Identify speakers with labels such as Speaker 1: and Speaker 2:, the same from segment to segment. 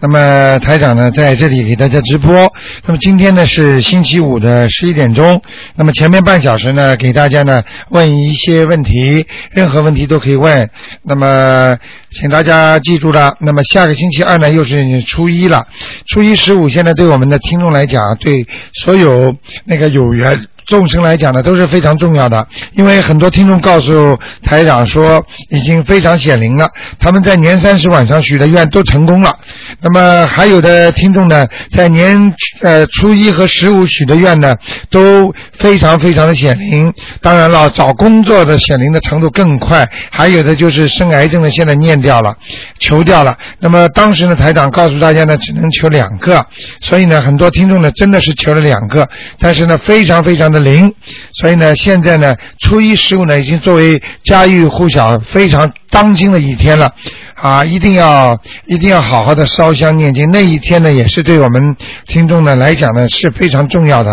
Speaker 1: 那么台长呢，在这里给大家直播。那么今天呢是星期五的十一点钟。那么前面半小时呢，给大家呢问一些问题，任何问题都可以问。那么请大家记住了。那么下个星期二呢，又是初一了。初一十五现在对我们的听众来讲，对所有那个有缘。众生来讲呢都是非常重要的，因为很多听众告诉台长说已经非常显灵了，他们在年三十晚上许的愿都成功了。那么还有的听众呢，在年呃初一和十五许的愿呢都非常非常的显灵。当然了，找工作的显灵的程度更快，还有的就是生癌症的现在念掉了，求掉了。那么当时呢，台长告诉大家呢，只能求两个，所以呢，很多听众呢真的是求了两个，但是呢，非常非常。的灵，所以呢，现在呢，初一十五呢，已经作为家喻户晓、非常当今的一天了，啊，一定要一定要好好的烧香念经。那一天呢，也是对我们听众呢来讲呢是非常重要的。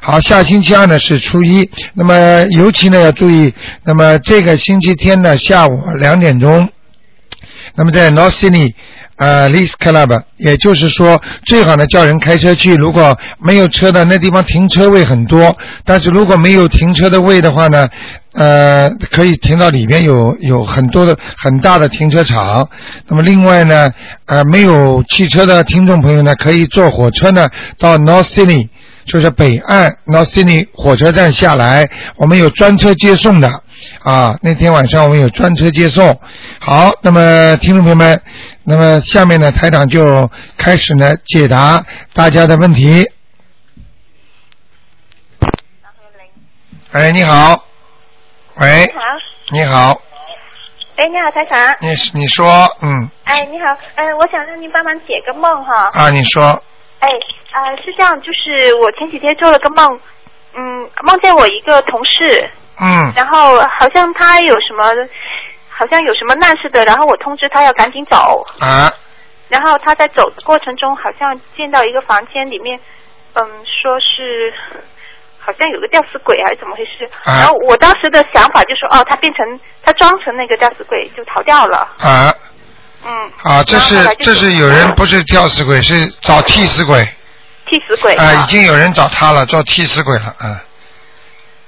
Speaker 1: 好，下星期二呢是初一，那么尤其呢要注意，那么这个星期天呢下午两点钟，那么在 North Sydney。呃 l e a s e Club，也就是说，最好呢叫人开车去。如果没有车的，那地方停车位很多，但是如果没有停车的位的话呢，呃，可以停到里边有有很多的很大的停车场。那么另外呢，呃，没有汽车的听众朋友呢，可以坐火车呢到 North Sydney，就是北岸 North Sydney 火车站下来，我们有专车接送的。啊，那天晚上我们有专车接送。好，那么听众朋友们，那么下面呢，台长就开始呢解答大家的问题。哎，你好，喂，
Speaker 2: 好，
Speaker 1: 你好，
Speaker 2: 哎，你好，台长。
Speaker 1: 你你说，嗯，
Speaker 2: 哎，你好，哎，我想让您帮忙解个梦哈。
Speaker 1: 啊，你说，
Speaker 2: 哎，啊、是这样，就是我前几天做了个梦，嗯，梦见我一个同事，
Speaker 1: 嗯，
Speaker 2: 然后好像他有什么，好像有什么难似的，然后我通知他要赶紧走，
Speaker 1: 啊，
Speaker 2: 然后他在走的过程中好像进到一个房间里面，嗯，说是。好像有个吊死鬼还是怎么回事？
Speaker 1: 啊
Speaker 2: 然后我当时的想法就是，哦，他变成他装成那个吊死鬼就逃掉了。
Speaker 1: 啊，
Speaker 2: 嗯，
Speaker 1: 啊，这
Speaker 2: 然后后
Speaker 1: 是
Speaker 2: 来就
Speaker 1: 这是有人不是吊死鬼，是找替死鬼，
Speaker 2: 替死鬼
Speaker 1: 啊，
Speaker 2: 哈
Speaker 1: 已经有人找他了，做替死鬼了，啊，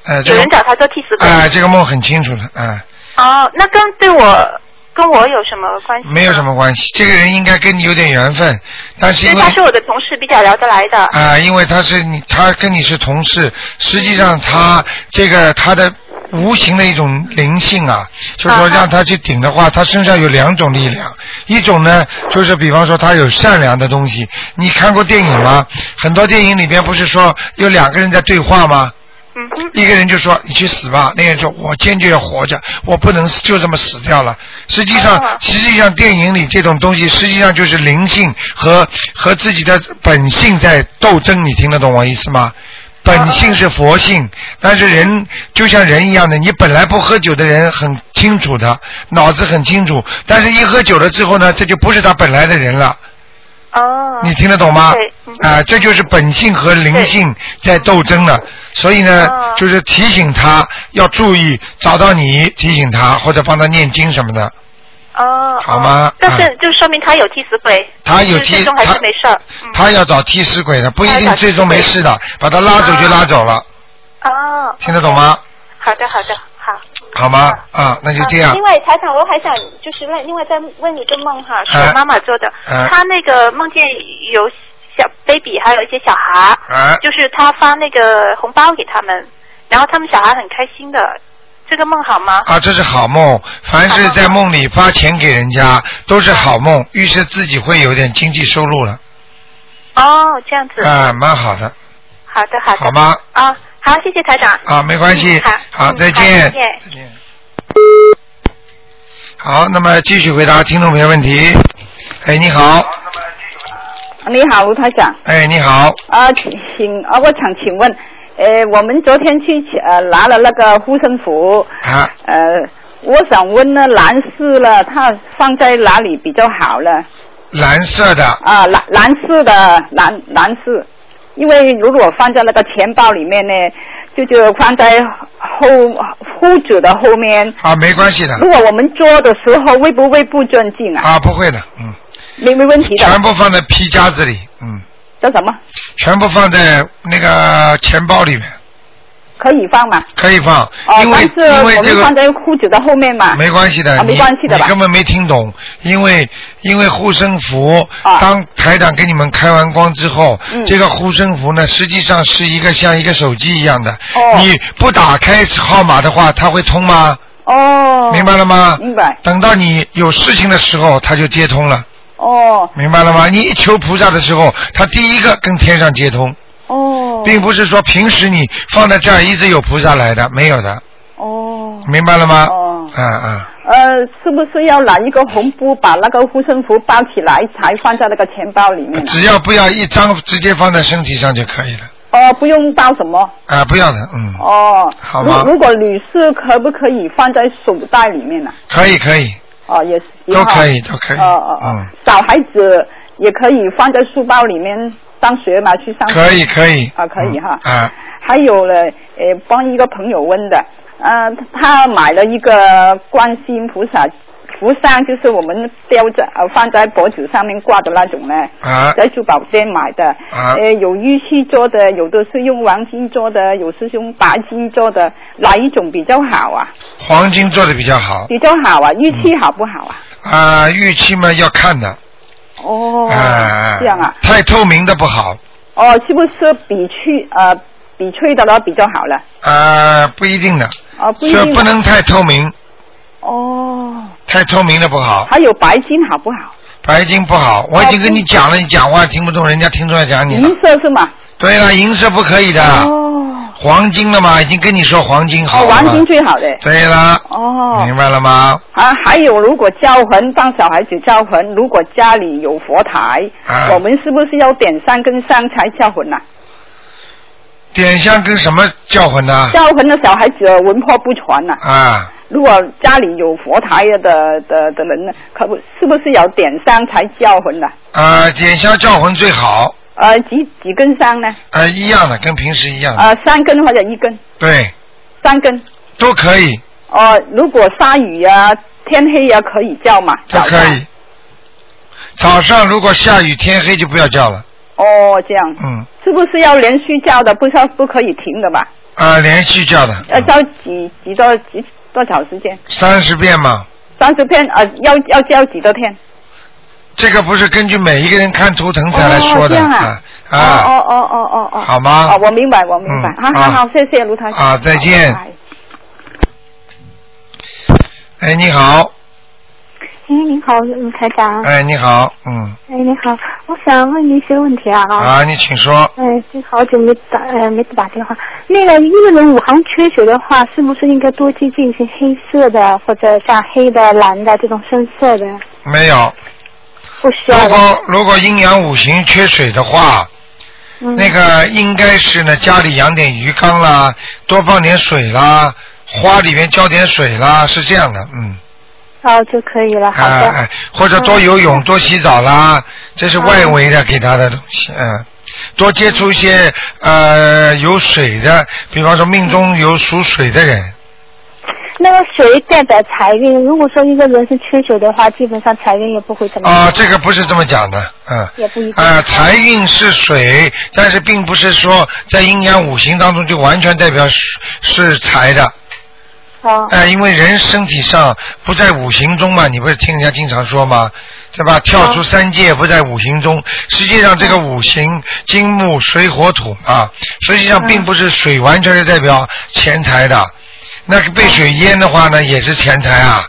Speaker 1: 呃，这
Speaker 2: 啊有
Speaker 1: 个
Speaker 2: 人找他做替死鬼。
Speaker 1: 啊，这个梦很清楚了，啊，
Speaker 2: 哦，那跟对我跟我有什么关系？
Speaker 1: 没有什。么关系。这个人应该跟你有点缘分，但是
Speaker 2: 因
Speaker 1: 因
Speaker 2: 为
Speaker 1: 为
Speaker 2: 他是我的同事，比较聊得来的。
Speaker 1: 啊、因为他是你，他跟你是同事，实际上他这个他的无形的一种灵性啊，就是说
Speaker 2: 啊哈
Speaker 1: 让他去顶的话，他身上有两种力量，一种呢就是比方说他有善良的东西，你看过电影吗？很多电影里边不是说有两个人在对话吗？
Speaker 2: 嗯哼，
Speaker 1: 一个人就说你去死吧，那个人说我坚决要活着，我不能死，就这么死掉了。实际上
Speaker 2: 哦，
Speaker 1: 实际上电影里这种东西，实际上就是灵性和和自己的本性在斗争，你听得懂我意思吗？本性是佛性，但是人就像人一样的，你本来不喝酒的人很清楚的，脑子很清楚，但是一喝酒了之后呢，这就不是他本来的人了。
Speaker 2: 哦。
Speaker 1: 你听得懂吗
Speaker 2: 对？嗯
Speaker 1: 啊、这就是本性和灵性在斗争了。所以呢，
Speaker 2: 哦
Speaker 1: 就是提醒他要注意，找到你提醒他，或者帮他念经什么的。
Speaker 2: 哦。
Speaker 1: 好吗啊
Speaker 2: 哦但是就说明他有替死鬼。
Speaker 1: 他有
Speaker 2: 就是
Speaker 1: 替
Speaker 2: 最终还
Speaker 1: 他
Speaker 2: 是没事儿。嗯
Speaker 1: 他要找替死鬼的，不一
Speaker 2: 他要
Speaker 1: 定
Speaker 2: 找替啊
Speaker 1: 最终没事的，把他拉走就拉走了，
Speaker 2: 哦。
Speaker 1: 听得懂吗？
Speaker 2: 好的，好的，好。
Speaker 1: 好吗？啊，那就这样
Speaker 2: 啊另。外，台长，我还想就是问，另外再问一个梦哈，是我妈妈做的。
Speaker 1: 啊
Speaker 2: 她那个梦见有小 baby，还有一些小孩，
Speaker 1: 啊
Speaker 2: 就是她发那个红包给他们，然后他们小孩很开心的。这个梦好吗？
Speaker 1: 啊，这是好梦。凡是在梦里发钱给人家，都是好梦，预示自己会有点经济收入了。
Speaker 2: 哦，这样子。
Speaker 1: 啊，蛮好的，
Speaker 2: 好的，好的。
Speaker 1: 好吗？
Speaker 2: 啊，好，谢谢台长。
Speaker 1: 啊，没关系
Speaker 2: 嗯好，
Speaker 1: 好，
Speaker 2: 嗯
Speaker 1: 再
Speaker 2: 好
Speaker 1: 见，
Speaker 2: 再见
Speaker 1: 见。好，那么继续回答听众朋友问题。哎，你好，
Speaker 3: 你好，卢台长
Speaker 1: 哎，你好，
Speaker 3: 啊，请啊，我想请问，呃，我们昨天去呃拿了那个护身符，
Speaker 1: 啊，
Speaker 3: 呃，我想问呢，男士了，他放在哪里比较好呢？
Speaker 1: 蓝色的，
Speaker 3: 啊，蓝蓝色的蓝蓝色，因为如果放在那个钱包里面呢，就就放在后护子的后面。
Speaker 1: 啊，没关系
Speaker 3: 如
Speaker 1: 的，
Speaker 3: 果我们做的时候会不会不尊敬啊？
Speaker 1: 啊，不啊会的，嗯，
Speaker 3: 没没问题的。
Speaker 1: 全部放在皮夹子里，嗯，
Speaker 3: 叫什么？
Speaker 1: 全部放在那个钱包里面，
Speaker 3: 可以放吗？
Speaker 1: 可以放，
Speaker 3: 哦，
Speaker 1: 因
Speaker 3: 但
Speaker 1: 为
Speaker 3: 是
Speaker 1: 因为
Speaker 3: 我
Speaker 1: 这
Speaker 3: 们
Speaker 1: 个
Speaker 3: 放在裤子的后面嘛。
Speaker 1: 没关系的，
Speaker 3: 啊没
Speaker 1: 你
Speaker 3: 关系的
Speaker 1: 你
Speaker 3: 吧
Speaker 1: 根本没听懂，因为因为护身符，
Speaker 3: 啊
Speaker 1: 当台长给你们开完光之后，
Speaker 3: 嗯
Speaker 1: 这个护身符呢，实际上是一个像一个手机一样的，
Speaker 3: 哦
Speaker 1: 你不打开号码的话，它会通吗？
Speaker 3: 哦。
Speaker 1: 明白。了吗？
Speaker 3: 明白。
Speaker 1: 等到你有事情的时候，它就接通了，
Speaker 3: 哦
Speaker 1: 明白了吗？你一求菩萨的时候，它第一个跟天上接通，
Speaker 3: 哦。
Speaker 1: 并不是说平时你放在这儿一直有菩萨来的，没有的，
Speaker 3: 哦。
Speaker 1: 明白了吗？
Speaker 3: 哦
Speaker 1: 嗯嗯，
Speaker 3: 呃，是不是要拿一个红布把那个护身符包起来，才放在那个钱包里面啊？
Speaker 1: 只要不要一张直接放在身体上就可以了。
Speaker 3: 哦，不用包什么。
Speaker 1: 啊，不要的，嗯，
Speaker 3: 哦，
Speaker 1: 好吧
Speaker 3: 如如果女士可不可以放在手袋里面啊呢、
Speaker 1: 可以可以，
Speaker 3: 哦，也是
Speaker 1: 都可以都可以，
Speaker 3: 哦哦哦
Speaker 1: 嗯，，
Speaker 3: 小孩子也可以放在书包里面上学嘛，去上学。
Speaker 1: 可以可以，
Speaker 3: 啊可以哈
Speaker 1: 嗯啊，
Speaker 3: 还有呢，呃，帮一个朋友问的，呃，他买了一个观世音菩萨菩萨，就是我们吊在呃放在脖子上面挂的那种呢，
Speaker 1: 啊
Speaker 3: 在珠宝店买的，
Speaker 1: 啊
Speaker 3: 呃，有玉器做的，有的是用黄金做的，有是用白金做的，哪一种比较好啊？
Speaker 1: 黄金做的比较好，
Speaker 3: 比较好啊，玉器好不好啊？
Speaker 1: 啊，玉器嘛要看的，
Speaker 3: 哦，
Speaker 1: 啊，
Speaker 3: 这样啊，
Speaker 1: 太透明的不好，
Speaker 3: 哦，是不是比去呃比去的呢比较好了？
Speaker 1: 啊，不一定的，
Speaker 3: 哦，不一
Speaker 1: 这
Speaker 3: 定啊。
Speaker 1: 不能太透明，
Speaker 3: 哦，
Speaker 1: 太透明的不好，
Speaker 3: 还有白金好不好？
Speaker 1: 白金不好，我已经跟你讲了，你讲话听不懂，人家听出来讲你
Speaker 3: 银
Speaker 1: 了，
Speaker 3: 色是吗？
Speaker 1: 对了，银色不可以的，
Speaker 3: 嗯哦，
Speaker 1: 黄金了嘛，已经跟你说黄金好啊嗯
Speaker 3: 哦，
Speaker 1: 了嘛，
Speaker 3: 黄金最好的。
Speaker 1: 对了，
Speaker 3: 哦，
Speaker 1: 明白了吗？
Speaker 3: 啊，还有如果招魂帮小孩子招魂，如果家里有佛台，
Speaker 1: 啊
Speaker 3: 我们是不是要点三根香才招魂啊？
Speaker 1: 点香跟什么叫魂呢？
Speaker 3: 招魂的小孩子魂魄不全呐、
Speaker 1: 啊，
Speaker 3: 如果家里有佛台的的的人呢，可不是不是要点香才招魂啊？
Speaker 1: 呃，点香叫魂最好，
Speaker 3: 呃，几几根香呢？
Speaker 1: 呃，一样的，跟平时一样的，
Speaker 3: 呃，三根或者一根，
Speaker 1: 对，
Speaker 3: 三根。
Speaker 1: 都可以，
Speaker 3: 哦、如果下雨啊、天黑啊，可以叫嘛？
Speaker 1: 都
Speaker 3: 早
Speaker 1: 可
Speaker 3: 上
Speaker 1: 以。。早上如果下雨天黑就不要叫了，
Speaker 3: 哦，这样。
Speaker 1: 嗯，
Speaker 3: 是不是要连续叫的？不是不可以停的吧？
Speaker 1: 啊，连续叫的，
Speaker 3: 要叫几几多几多少时间？
Speaker 1: 三十遍嘛，
Speaker 3: 三十天啊、呃要要叫几多天？
Speaker 1: 这个不是根据每一个人看图腾才来说
Speaker 3: 哦这
Speaker 1: 的
Speaker 3: 样
Speaker 1: 啊
Speaker 3: 啊
Speaker 1: 啊，
Speaker 3: 哦哦哦哦哦哦。
Speaker 1: 好吗
Speaker 3: 哦，我明白，我明白。
Speaker 1: 嗯
Speaker 3: 好好
Speaker 1: 啊
Speaker 3: 好，谢谢卢台长。
Speaker 1: 啊再见
Speaker 3: 好拜拜
Speaker 1: 哎，你好，
Speaker 4: 哎，你好，卢台长。
Speaker 1: 哎，你好，嗯，
Speaker 4: 哎，你好，我想问您一些问题啊。
Speaker 1: 啊，你请说，
Speaker 4: 哎，这好久没打，呃，没打电话。那个一个人五行缺血的话，是不是应该多去进行黑色的，或者像黑的、蓝的这种深色的？
Speaker 1: 没有，
Speaker 4: 不需
Speaker 1: 如
Speaker 4: 要的。
Speaker 1: 果如果阴阳五行缺水的话，
Speaker 4: 嗯、
Speaker 1: 那个应该是呢，家里养点鱼缸啦，多放点水啦，花里面浇点水啦，是这样的，嗯，
Speaker 4: 哦就可以了。
Speaker 1: 哎、
Speaker 4: 好的。嗯
Speaker 1: 哎，或者多游泳、多洗澡啦，这是外围的给他的东西，嗯，多接触一些呃有水的，比方说命中有属水的人，
Speaker 4: 那个水代表财运，如果说一个人是缺血的话，基本上财运也不会怎么样。
Speaker 1: 啊、这个不是这么讲的，嗯，
Speaker 4: 也不一定
Speaker 1: 啊、财运是水，但是并不是说在阴阳五行当中就完全代表是是财的，
Speaker 4: 哦
Speaker 1: 哎、因为人身体上不在五行中嘛，你不是听人家经常说吗？对吧？跳出三界不在五行中，实际上这个五行金木水火土啊，实际上并不是水完全是代表钱财的，那个被水淹的话呢，也是钱财啊，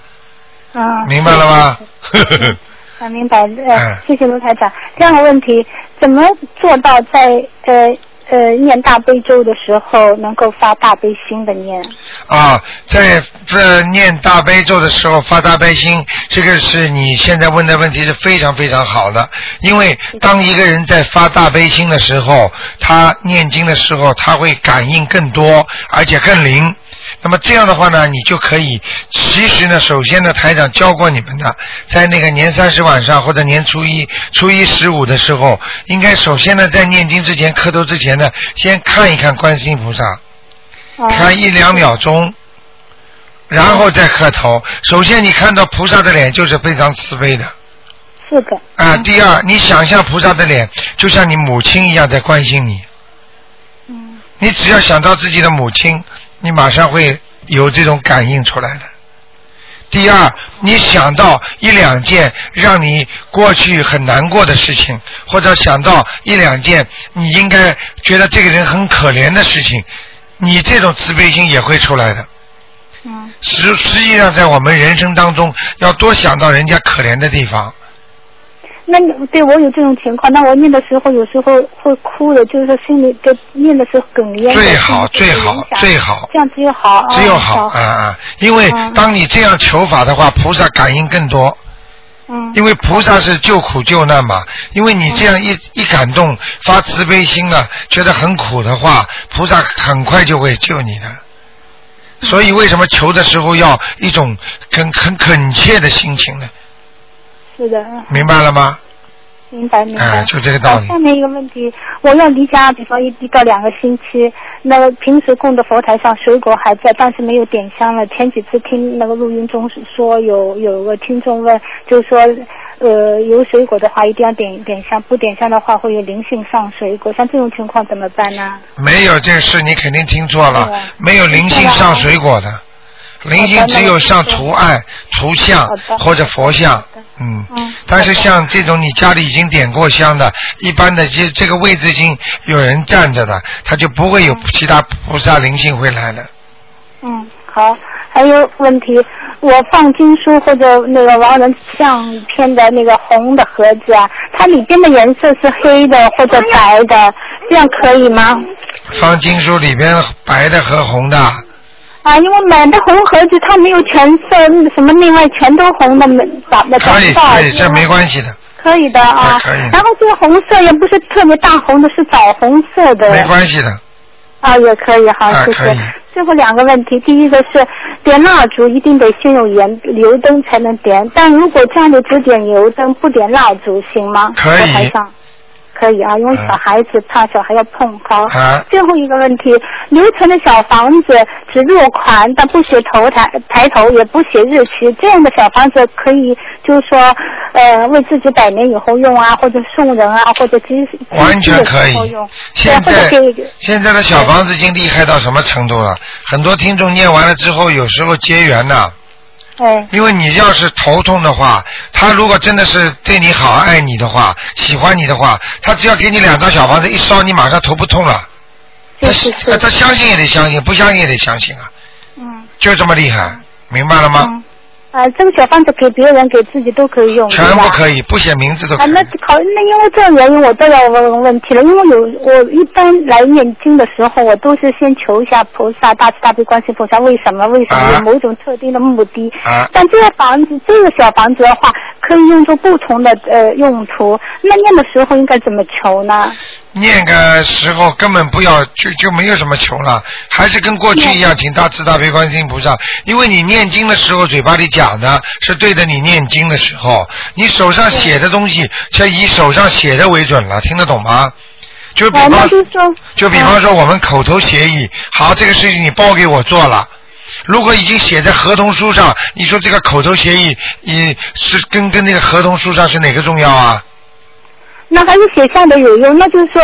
Speaker 4: 啊，
Speaker 1: 明白了吗？ 呵呵呵。
Speaker 4: 啊，明白。
Speaker 1: 嗯
Speaker 4: 呃，谢谢卢台长。第二个问题，怎么做到在呃呃念大悲咒的时候能够发大悲心的念？
Speaker 1: 啊，在这念大悲咒的时候发大悲心，这个是你现在问的问题是非常非常好的，因为当一个人在发大悲心的时候，他念经的时候，他会感应更多，而且更灵。那么这样的话呢，你就可以，其实呢，首先呢，台长教过你们的，在那个年三十晚上或者年初一、初一十五的时候，应该首先呢，在念经之前、磕头之前呢，先看一看观世音菩萨，
Speaker 4: 哦
Speaker 1: 看一两秒钟，然后再磕头。首先你看到菩萨的脸就是非常慈悲的
Speaker 4: 是的，
Speaker 1: 啊。第二，你想象菩萨的脸就像你母亲一样在关心你。
Speaker 4: 嗯，
Speaker 1: 你只要想到自己的母亲，你马上会有这种感应出来的。第二，你想到一两件让你过去很难过的事情，或者想到一两件你应该觉得这个人很可怜的事情，你这种慈悲心也会出来的。
Speaker 4: 嗯，
Speaker 1: 实实际上，在我们人生当中，要多想到人家可怜的地方。
Speaker 4: 那你对我有这种情况，那我念的时候有时候会哭的，就是说心里就念的时候哽咽的。
Speaker 1: 最好
Speaker 4: 心里
Speaker 1: 最
Speaker 4: 会有
Speaker 1: 好
Speaker 4: 影响
Speaker 1: 最好
Speaker 4: 这样只有好。
Speaker 1: 只有
Speaker 4: 哦
Speaker 1: 好啊。啊！因为
Speaker 4: 嗯
Speaker 1: 当你这样求法的话，菩萨感应更多。
Speaker 4: 嗯
Speaker 1: 因为菩萨是救苦救难嘛，因为你这样
Speaker 4: 嗯
Speaker 1: 一一感动，发慈悲心啊，觉得很苦的话，菩萨很快就会救你的。
Speaker 4: 嗯
Speaker 1: 所以为什么求的时候要一种很很恳切的心情呢？
Speaker 4: 是的，嗯
Speaker 1: 明白了吗？
Speaker 4: 明白明白。
Speaker 1: 哎就这个道理
Speaker 4: 好下面一个问题，我要离家，比方一一到两个星期，那么平时供的佛台上水果还在，但是没有点香了。前几次听那个录音中是说有有个听众问，就说呃有水果的话一定要点点香，不点香的话会有灵性上水果，像这种情况怎么办呢？
Speaker 1: 没有这事，你肯定听错了
Speaker 4: 对。
Speaker 1: 没有灵性上水果的，灵性只有上图案、图像
Speaker 4: 好的
Speaker 1: 或者佛像。嗯
Speaker 4: 嗯，
Speaker 1: 但是像这种你家里已经点过香的，一般的这这个位置已经有人站着的，他就不会有其他菩萨灵性会来的。
Speaker 4: 嗯，好。还有问题，我放经书或者那个王人相片的那个红的盒子啊，它里边的颜色是黑的或者白的，这样可以吗？嗯
Speaker 1: 放经书里边白的和红的，
Speaker 4: 啊，因为买的红盒子它没有全色，什么另外全都红的，没找的找
Speaker 1: 可以
Speaker 4: 不到。
Speaker 1: 可以，这没关系的，
Speaker 4: 可以的啊
Speaker 1: 可以可以。
Speaker 4: 然后这个红色也不是特别大红的，是枣红色的。
Speaker 1: 没关系的。
Speaker 4: 啊，也可以哈，
Speaker 1: 啊
Speaker 4: 谢
Speaker 1: 可以
Speaker 4: 谢。最后两个问题，第一个是点蜡烛一定得先有盐油灯才能点，但如果家里只点油灯不点蜡烛行吗？
Speaker 1: 可以
Speaker 4: 佛台上可以啊，因为
Speaker 1: 啊
Speaker 4: 小孩子怕小孩要碰好。
Speaker 1: 啊
Speaker 4: 最后一个问题，流程的小房子只落款，但不写头抬抬头，也不写日期，这样的小房子可以就是说，呃，为自己百年以后用啊，或者送人啊，或者积积
Speaker 1: 完
Speaker 4: 蓄
Speaker 1: 全
Speaker 4: 的
Speaker 1: 可以
Speaker 4: 时候用。对
Speaker 1: 现
Speaker 4: 或
Speaker 1: 在
Speaker 4: 者给
Speaker 1: 现在的小房子已经厉害到什么程度了？很多听众念完了之后，有时候结缘呐、
Speaker 4: 哎。
Speaker 1: 因为你要是头痛的话，他如果真的是对你好、爱你的话、喜欢你的话，他只要给你两张小房子一烧，你马上头不痛了。他
Speaker 4: 是是是
Speaker 1: 他相信也得相信，不相信也得相信啊，
Speaker 4: 嗯
Speaker 1: 就这么厉害，明白了吗？
Speaker 4: 嗯，啊，这个小房子给别人给自己都可以用，
Speaker 1: 全部
Speaker 4: 以。
Speaker 1: 可以，不写名字 都可
Speaker 4: 啊，
Speaker 1: 以。
Speaker 4: 那考那因为这个原因，我都要问问题了。因为有我一般来念经的时候，我都是先求一下菩萨、大慈大悲观世音菩萨，为什么？为什么？
Speaker 1: 啊
Speaker 4: 有某种特定的目的。
Speaker 1: 啊
Speaker 4: 但这个房子，这个小房子的话，可以用作不同的呃用途。那念的时候应该怎么求呢？
Speaker 1: 念个时候根本不要就就没有什么求了，还是跟过去一样，请大慈大悲观世音菩萨，因为你念经的时候嘴巴里讲的是对着你念经的时候，你手上写的东西就以手上写的为准了，听得懂吗？就比
Speaker 4: 啊，那
Speaker 1: 方
Speaker 4: 就是说，嗯
Speaker 1: 就比方说我们口头协议，好，这个事情你包给我做了。如果已经写在合同书上，你说这个口头协议，你是跟跟那个合同书上是哪个重要啊？
Speaker 4: 那还是写下的有用。那就是说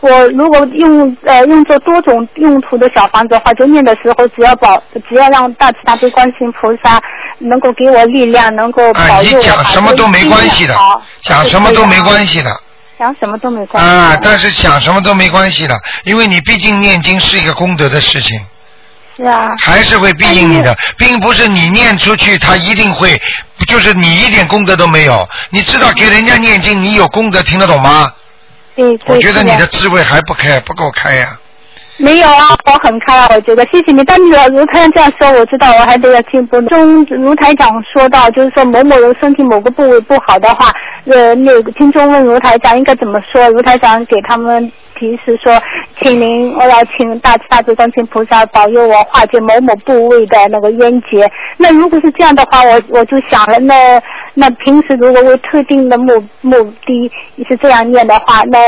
Speaker 4: 我如果用呃用作多种用途的小房子的话，就念的时候只要保，只要让大慈大悲观世音菩萨能够给我力量，能够
Speaker 1: 啊，
Speaker 4: 保
Speaker 1: 你
Speaker 4: 佑我
Speaker 1: 讲什么都没关系的，讲什么都没关
Speaker 4: 系，
Speaker 1: 系的
Speaker 4: 啊讲什么都没关系
Speaker 1: 啊，但是讲什么都没关系的，因为你毕竟念经是一个功德的事情，
Speaker 4: 是啊，
Speaker 1: 还是会庇应你的，
Speaker 4: 哎
Speaker 1: 并不是你念出去，他一定会，就是你一点功德都没有。你知道给人家念经，你有功德，听得懂吗？
Speaker 4: 对对。
Speaker 1: 我觉得
Speaker 4: 是
Speaker 1: 你的智慧还不开，不够开呀、
Speaker 4: 没有啊，我很开朗，我觉得谢谢你。但是老卢台长这样说，我知道我还得要进步。中卢台长说到，就是说某某人身体某个部位不好的话，呃，那个听众问卢台长应该怎么说，卢台长给他们题是说，请您我要请大慈大悲观世音菩萨保佑我化解某某部位的那个冤结。那如果是这样的话，我我就想了，那那平时如果为特定的目目的是这样念的话，那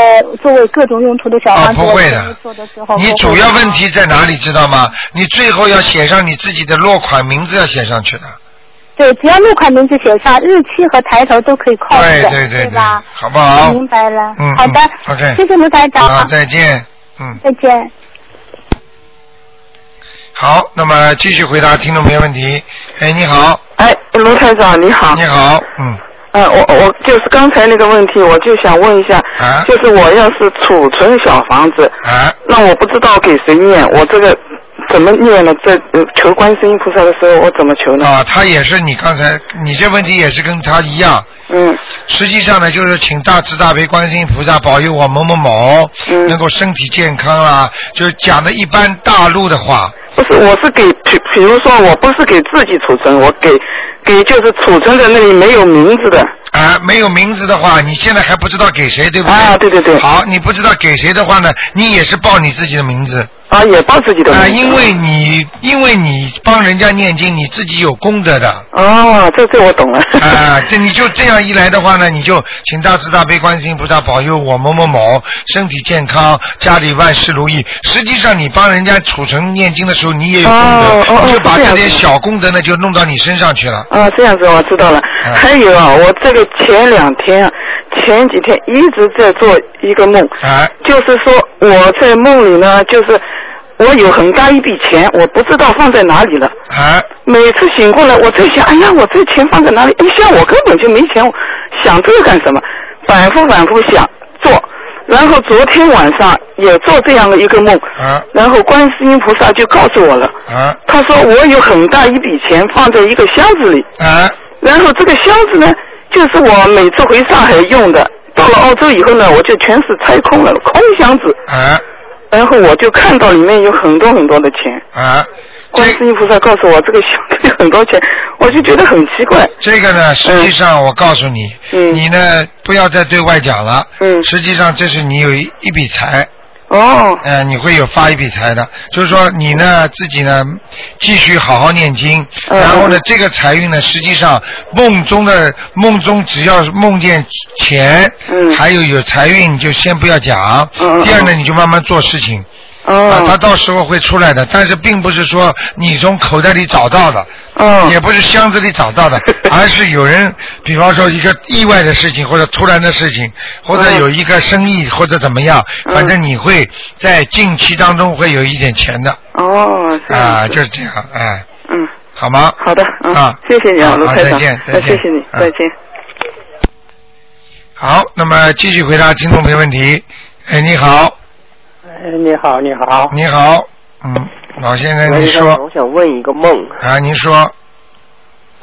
Speaker 4: 作为各种用途的小
Speaker 1: 啊，
Speaker 4: 房子，
Speaker 1: 不会
Speaker 4: 我
Speaker 1: 的
Speaker 4: 做的时候，
Speaker 1: 你
Speaker 4: 哦我
Speaker 1: 主
Speaker 4: 会
Speaker 1: 要
Speaker 4: 吗
Speaker 1: 问题在哪里，知道吗？你最后要写上你自己的落款名字要写上去的，
Speaker 4: 对，只要落款名字写上，日期和抬头都可以靠
Speaker 1: 对
Speaker 4: 着，
Speaker 1: 对对对
Speaker 4: 吧？，
Speaker 1: 好不好？
Speaker 4: 明白了。
Speaker 1: 嗯
Speaker 4: 好的
Speaker 1: 嗯。，OK
Speaker 4: 谢谢卢台长。
Speaker 1: 好，再见，嗯。
Speaker 4: 再见。
Speaker 1: 好，那么继续回答听众朋友问题。哎，你好，
Speaker 5: 哎，卢台长你好。
Speaker 1: 你好，嗯，
Speaker 5: 嗯、我我就是刚才那个问题，我就想问一下，
Speaker 1: 啊
Speaker 5: 就是我要是储存小房子，
Speaker 1: 啊，
Speaker 5: 那我不知道给谁念，我这个怎么念呢？这呃求观世音菩萨的时候，我怎么求呢？
Speaker 1: 啊，他也是你刚才你这问题也是跟他一样，
Speaker 5: 嗯
Speaker 1: 实际上呢，就是请大慈大悲观世音菩萨保佑我某某某、
Speaker 5: 嗯
Speaker 1: 能够身体健康啦，就是讲的一般大陆的话，
Speaker 5: 不是，我是给，比比如说，我不是给自己储存，我给给就是储存在那里没有名字的。
Speaker 1: 啊，没有名字的话，你现在还不知道给谁，对不对？
Speaker 5: 啊，对对对。
Speaker 1: 好，你不知道给谁的话呢，你也是报你自己的名字
Speaker 5: 啊，也报自己的名
Speaker 1: 啊，
Speaker 5: 字。
Speaker 1: 因为你因为你帮人家念经，你自己有功 德的。
Speaker 5: 哦，这这我懂了。
Speaker 1: 啊，这你就这样一来的话呢，你就请大慈大悲观世音菩萨保佑我某某某身体健康，家里万事如意。实际上，你帮人家储存念经的时候，你也有功
Speaker 5: 哦
Speaker 1: 德，
Speaker 5: 哦
Speaker 1: 你就把
Speaker 5: 这
Speaker 1: 这
Speaker 5: 样
Speaker 1: 点
Speaker 5: 子
Speaker 1: 小功德呢，就弄到你身上去了。
Speaker 5: 啊，这样子我知道了。
Speaker 1: 嗯
Speaker 5: 还有啊，我这个前两天、啊，前几天一直在做一个梦，
Speaker 1: 哎，
Speaker 5: 就是说我在梦里呢，就是我有很大一笔钱，我不知道放在哪里了。
Speaker 1: 哎，
Speaker 5: 每次醒过来，我在想，哎呀，我这钱放在哪里？哎，像我根本就没钱，我想这个干什么？反复反复想做，然后昨天晚上也做这样的一个梦，
Speaker 1: 啊
Speaker 5: 然后观世音菩萨就告诉我了，
Speaker 1: 啊
Speaker 5: 他说我有很大一笔钱放在一个箱子里，
Speaker 1: 啊
Speaker 5: 然后这个箱子呢，就是我每次回上海用的。到了澳洲以后呢，我就全是拆空了，空箱子。
Speaker 1: 啊
Speaker 5: 然后我就看到里面有很多很多的钱。
Speaker 1: 啊！
Speaker 5: 观
Speaker 1: 这
Speaker 5: 世音菩萨告诉我这个箱子有很多钱， 我就觉得很奇怪。
Speaker 1: 这个呢，实际上我告诉你，
Speaker 5: 嗯
Speaker 1: 你呢不要再对外讲了。
Speaker 5: 嗯
Speaker 1: 实际上这是你有一一笔财，
Speaker 5: 哦，
Speaker 1: 呃，你会有发一笔财的，就是说你呢自己呢继续好好念经，
Speaker 5: 嗯
Speaker 1: 然后呢这个财运呢，实际上梦中的梦中只要是梦见钱，
Speaker 5: 嗯
Speaker 1: 还有有财运，你就先不要讲。
Speaker 5: 嗯嗯
Speaker 1: 第二呢，
Speaker 5: 嗯
Speaker 1: 你就慢慢做事情、啊，它
Speaker 5: 哦，
Speaker 1: 到时候会出来的，但是并不是说你从口袋里找到的，也
Speaker 5: 哦，
Speaker 1: 不是箱子里找到 的，而是有人，比方说一个意外的事情，或者突然的事情，或者
Speaker 5: 嗯
Speaker 1: 有一个生意，或者怎么样，
Speaker 5: 嗯
Speaker 1: 反正你会在近期当中会有一点钱的
Speaker 5: 哦，这样
Speaker 1: 啊，
Speaker 5: 子
Speaker 1: 就是这样，哎，
Speaker 5: 嗯，
Speaker 1: 好吗？
Speaker 5: 好的，嗯
Speaker 1: 啊，
Speaker 5: 谢谢你
Speaker 1: 好
Speaker 5: 啊，卢
Speaker 1: 好
Speaker 5: 台
Speaker 1: 再
Speaker 5: 长，
Speaker 1: 见再
Speaker 5: 呃
Speaker 1: 见
Speaker 5: 谢谢你，
Speaker 1: 嗯
Speaker 5: 再见。
Speaker 1: 好，那么继续回答听众朋友问题。哎，你好，
Speaker 6: 哎，你好，你好。
Speaker 1: 你好，嗯，老先生，您
Speaker 6: 我
Speaker 1: 说
Speaker 6: 想问一个梦
Speaker 1: 啊，您说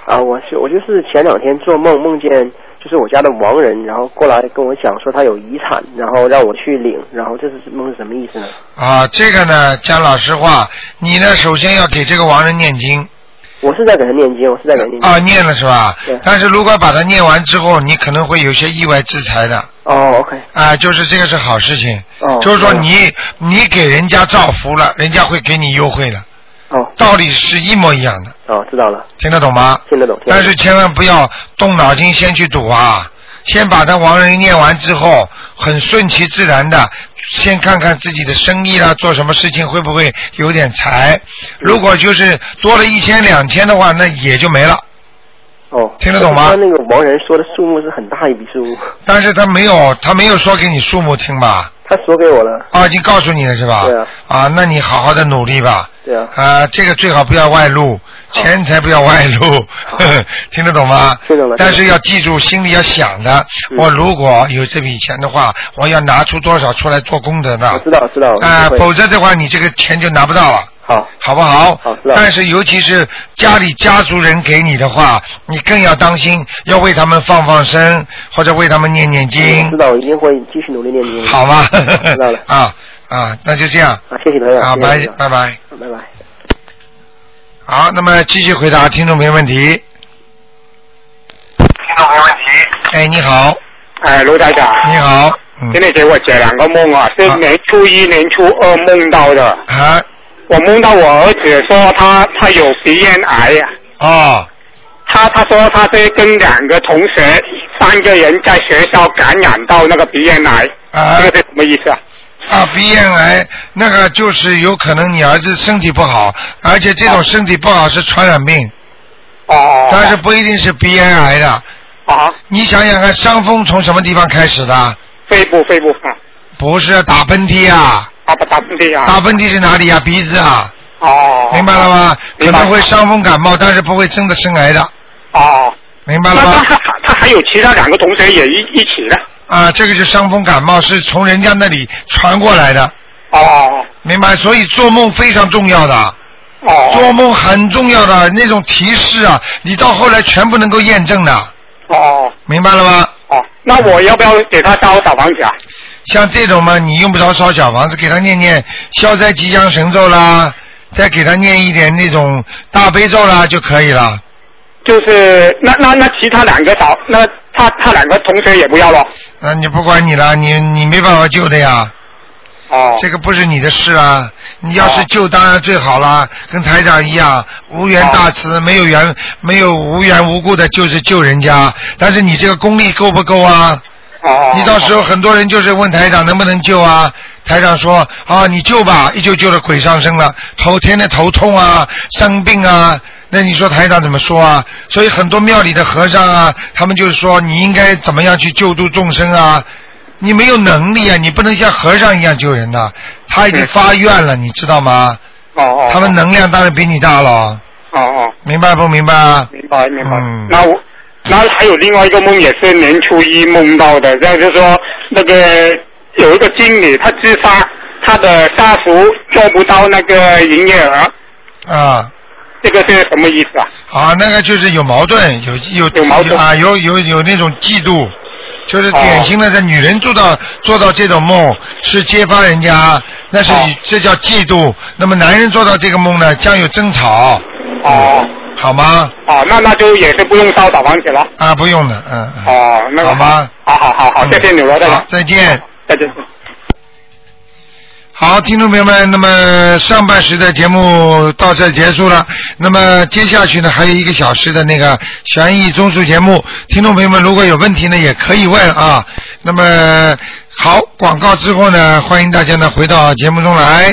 Speaker 6: 啊，我是我就是前两天做梦梦见就是我家的亡人，然后过来跟我讲说他有遗产，然后让我去领，然后这是梦是什么意思呢？
Speaker 1: 啊，这个呢，讲老实话，你呢，首先要给这个亡人念经。
Speaker 6: 我是在给他念经，我是在给他念经。
Speaker 1: 啊，念了是吧
Speaker 6: 对？
Speaker 1: 但是如果把它念完之后，你可能会有些意外之财的
Speaker 6: 哦，OK，
Speaker 1: 啊，就是这个是好事情，
Speaker 6: 哦，
Speaker 1: 就是说
Speaker 6: 哦
Speaker 1: 你你给人家造福了，人家会给你优惠的，
Speaker 6: 哦
Speaker 1: 道理是一模一样的，
Speaker 6: 哦，知道了，
Speaker 1: 听得懂吗？
Speaker 6: 听得懂。听得懂
Speaker 1: 但是千万不要动脑筋先去赌啊，先把他亡人念完之后，很顺其自然的，先看看自己的生意啦，做什么事情会不会有点财，
Speaker 6: 嗯
Speaker 1: 如果就是多了一千两千的话，那也就没了。
Speaker 6: 哦，
Speaker 1: 听得懂吗
Speaker 6: 他那个亡人说的数目是很大一笔数目，
Speaker 1: 但是他没有，他没有说给你数目听吧？
Speaker 6: 他说给我了。
Speaker 1: 啊，已经告诉你了是吧？
Speaker 6: 嗯对啊。
Speaker 1: 啊，那你好好的努力吧。
Speaker 6: 对啊，
Speaker 1: 啊，这个最好不要外
Speaker 6: 哦
Speaker 1: 露，钱财不要外露， 听得懂吗？
Speaker 6: 听懂了
Speaker 1: 但是要记住，心里要想的，
Speaker 6: 嗯
Speaker 1: 我如果有这笔钱的话，我要拿出多少出来做功德
Speaker 6: 我
Speaker 1: 呢？
Speaker 6: 知道知道。
Speaker 1: 啊，
Speaker 6: 我会
Speaker 1: 否则的话，你这个钱就拿不到了。
Speaker 6: 好，
Speaker 1: 好不好？
Speaker 6: 好知道
Speaker 1: 但是尤其是家里家族人给你的话，你更要当心，要为他们放放生，或者为他们念念经
Speaker 6: 知，道，我一定会继续努力念经。
Speaker 1: 好吗？
Speaker 6: 知道了
Speaker 1: 啊啊，那就这样
Speaker 6: 啊，谢谢台长。
Speaker 1: 啊，
Speaker 6: 谢谢台
Speaker 1: 拜
Speaker 6: 长
Speaker 1: 拜拜。
Speaker 6: 拜拜。
Speaker 1: 好，那么继续回答听众朋友问题。
Speaker 7: 听众没问题。
Speaker 1: 哎，你好，
Speaker 7: 哎，卢台长，
Speaker 1: 你好，嗯
Speaker 7: 今天给我解两个梦啊，是
Speaker 1: 好
Speaker 7: 年初一、年初二梦到的。
Speaker 1: 啊
Speaker 7: 我梦到我儿子说他他有鼻咽癌啊，
Speaker 1: 哦
Speaker 7: 他他说他是跟两个同学三个人在学校感染到那个鼻咽癌，
Speaker 1: 啊
Speaker 7: 这个是什么意思啊？
Speaker 1: 啊，鼻咽癌那个就是有可能你儿子身体不好，而且这种身体不好是传染病，
Speaker 7: 哦哦，哦
Speaker 1: 但是不一定是鼻咽癌的。
Speaker 7: 啊，
Speaker 1: 你想想看，伤风从什么地方开始的？
Speaker 7: 肺部肺部啊，
Speaker 1: 不是打喷嚏啊，
Speaker 7: 打不打喷嚏啊？
Speaker 1: 打喷嚏是哪里啊？鼻子啊，
Speaker 7: 哦，
Speaker 1: 明白了？吗？可
Speaker 7: 明白
Speaker 1: 能会伤风感冒，但是不会真的生癌的，
Speaker 7: 哦，
Speaker 1: 明白了
Speaker 7: 那他
Speaker 1: 吗？
Speaker 7: 他他还有其他两个同学也一一起的？
Speaker 1: 啊，这个就伤风感冒是从人家那里传过来的，
Speaker 7: 哦哦
Speaker 1: 明白？所以做梦非常重要的，
Speaker 7: 哦哦，
Speaker 1: 做梦很重要的那种提示啊，你到后来全部能够验证的，
Speaker 7: 哦
Speaker 1: 明白了吗？
Speaker 7: 哦，那我要不要给他烧小房子啊？
Speaker 1: 像这种嘛，你用不着烧小房子，给他念念消灾吉祥神咒啦，再给他念一点那种大悲咒啦就可以了。
Speaker 7: 就是那那那其他两个找那他他两个同学也不要了。
Speaker 1: 那你不管你了，你你没办法救的呀，
Speaker 7: 哦，
Speaker 1: 这个不是你的事啊。你要是救当然最好啦，跟台长一样，无缘大慈，没有缘没有无缘无故的就是救人家，但是你这个功力够不够啊？
Speaker 7: 哦，
Speaker 1: 你到时候很多人就是问台长能不能救啊？台长说啊，你救吧，一救救了鬼上身了，头天天头痛啊，生病啊，那你说台长怎么说啊？所以很多庙里的和尚啊，他们就是说你应该怎么样去救度众生啊？你没有能力啊，你不能像和尚一样救人呐、他已经
Speaker 7: 是
Speaker 1: 发愿了，你知道吗？
Speaker 7: 哦哦，
Speaker 1: 他们能量当然比你大了，
Speaker 7: 哦哦，
Speaker 1: 明白不明白啊？
Speaker 7: 明白明白。
Speaker 1: 嗯
Speaker 7: 那我那还有另外一个梦也是年初一梦到的，那就是说那个有一个经理他自杀，他的下属做不到那个营业额，
Speaker 1: 啊。
Speaker 7: 这个是什么意思啊？
Speaker 1: 啊，那个就是有矛盾，有有
Speaker 7: 有矛盾
Speaker 1: 啊，有有有那种嫉妒，就是典
Speaker 7: 哦
Speaker 1: 型的，这女人做到做到这种梦是揭发人家，那是、
Speaker 7: 哦
Speaker 1: 这叫嫉妒。那么男人做到这个梦呢，将有争吵，
Speaker 7: 哦
Speaker 1: 好吗？
Speaker 7: 哦，那那就也是不用烧小房子了。
Speaker 1: 啊，不用了，嗯嗯。
Speaker 7: 哦，那个
Speaker 1: 好吧，嗯
Speaker 7: 好好好好，谢谢你罗队
Speaker 1: 好
Speaker 7: 长，，
Speaker 1: 再见。
Speaker 7: 再见。
Speaker 1: 好，听众朋友们，那么上半时的节目到这儿结束了。那么接下去呢，还有一个小时的那个悬疑综述节目。听众朋友们，如果有问题呢，也可以问啊。那么好，广告之后呢，欢迎大家呢回到节目中来。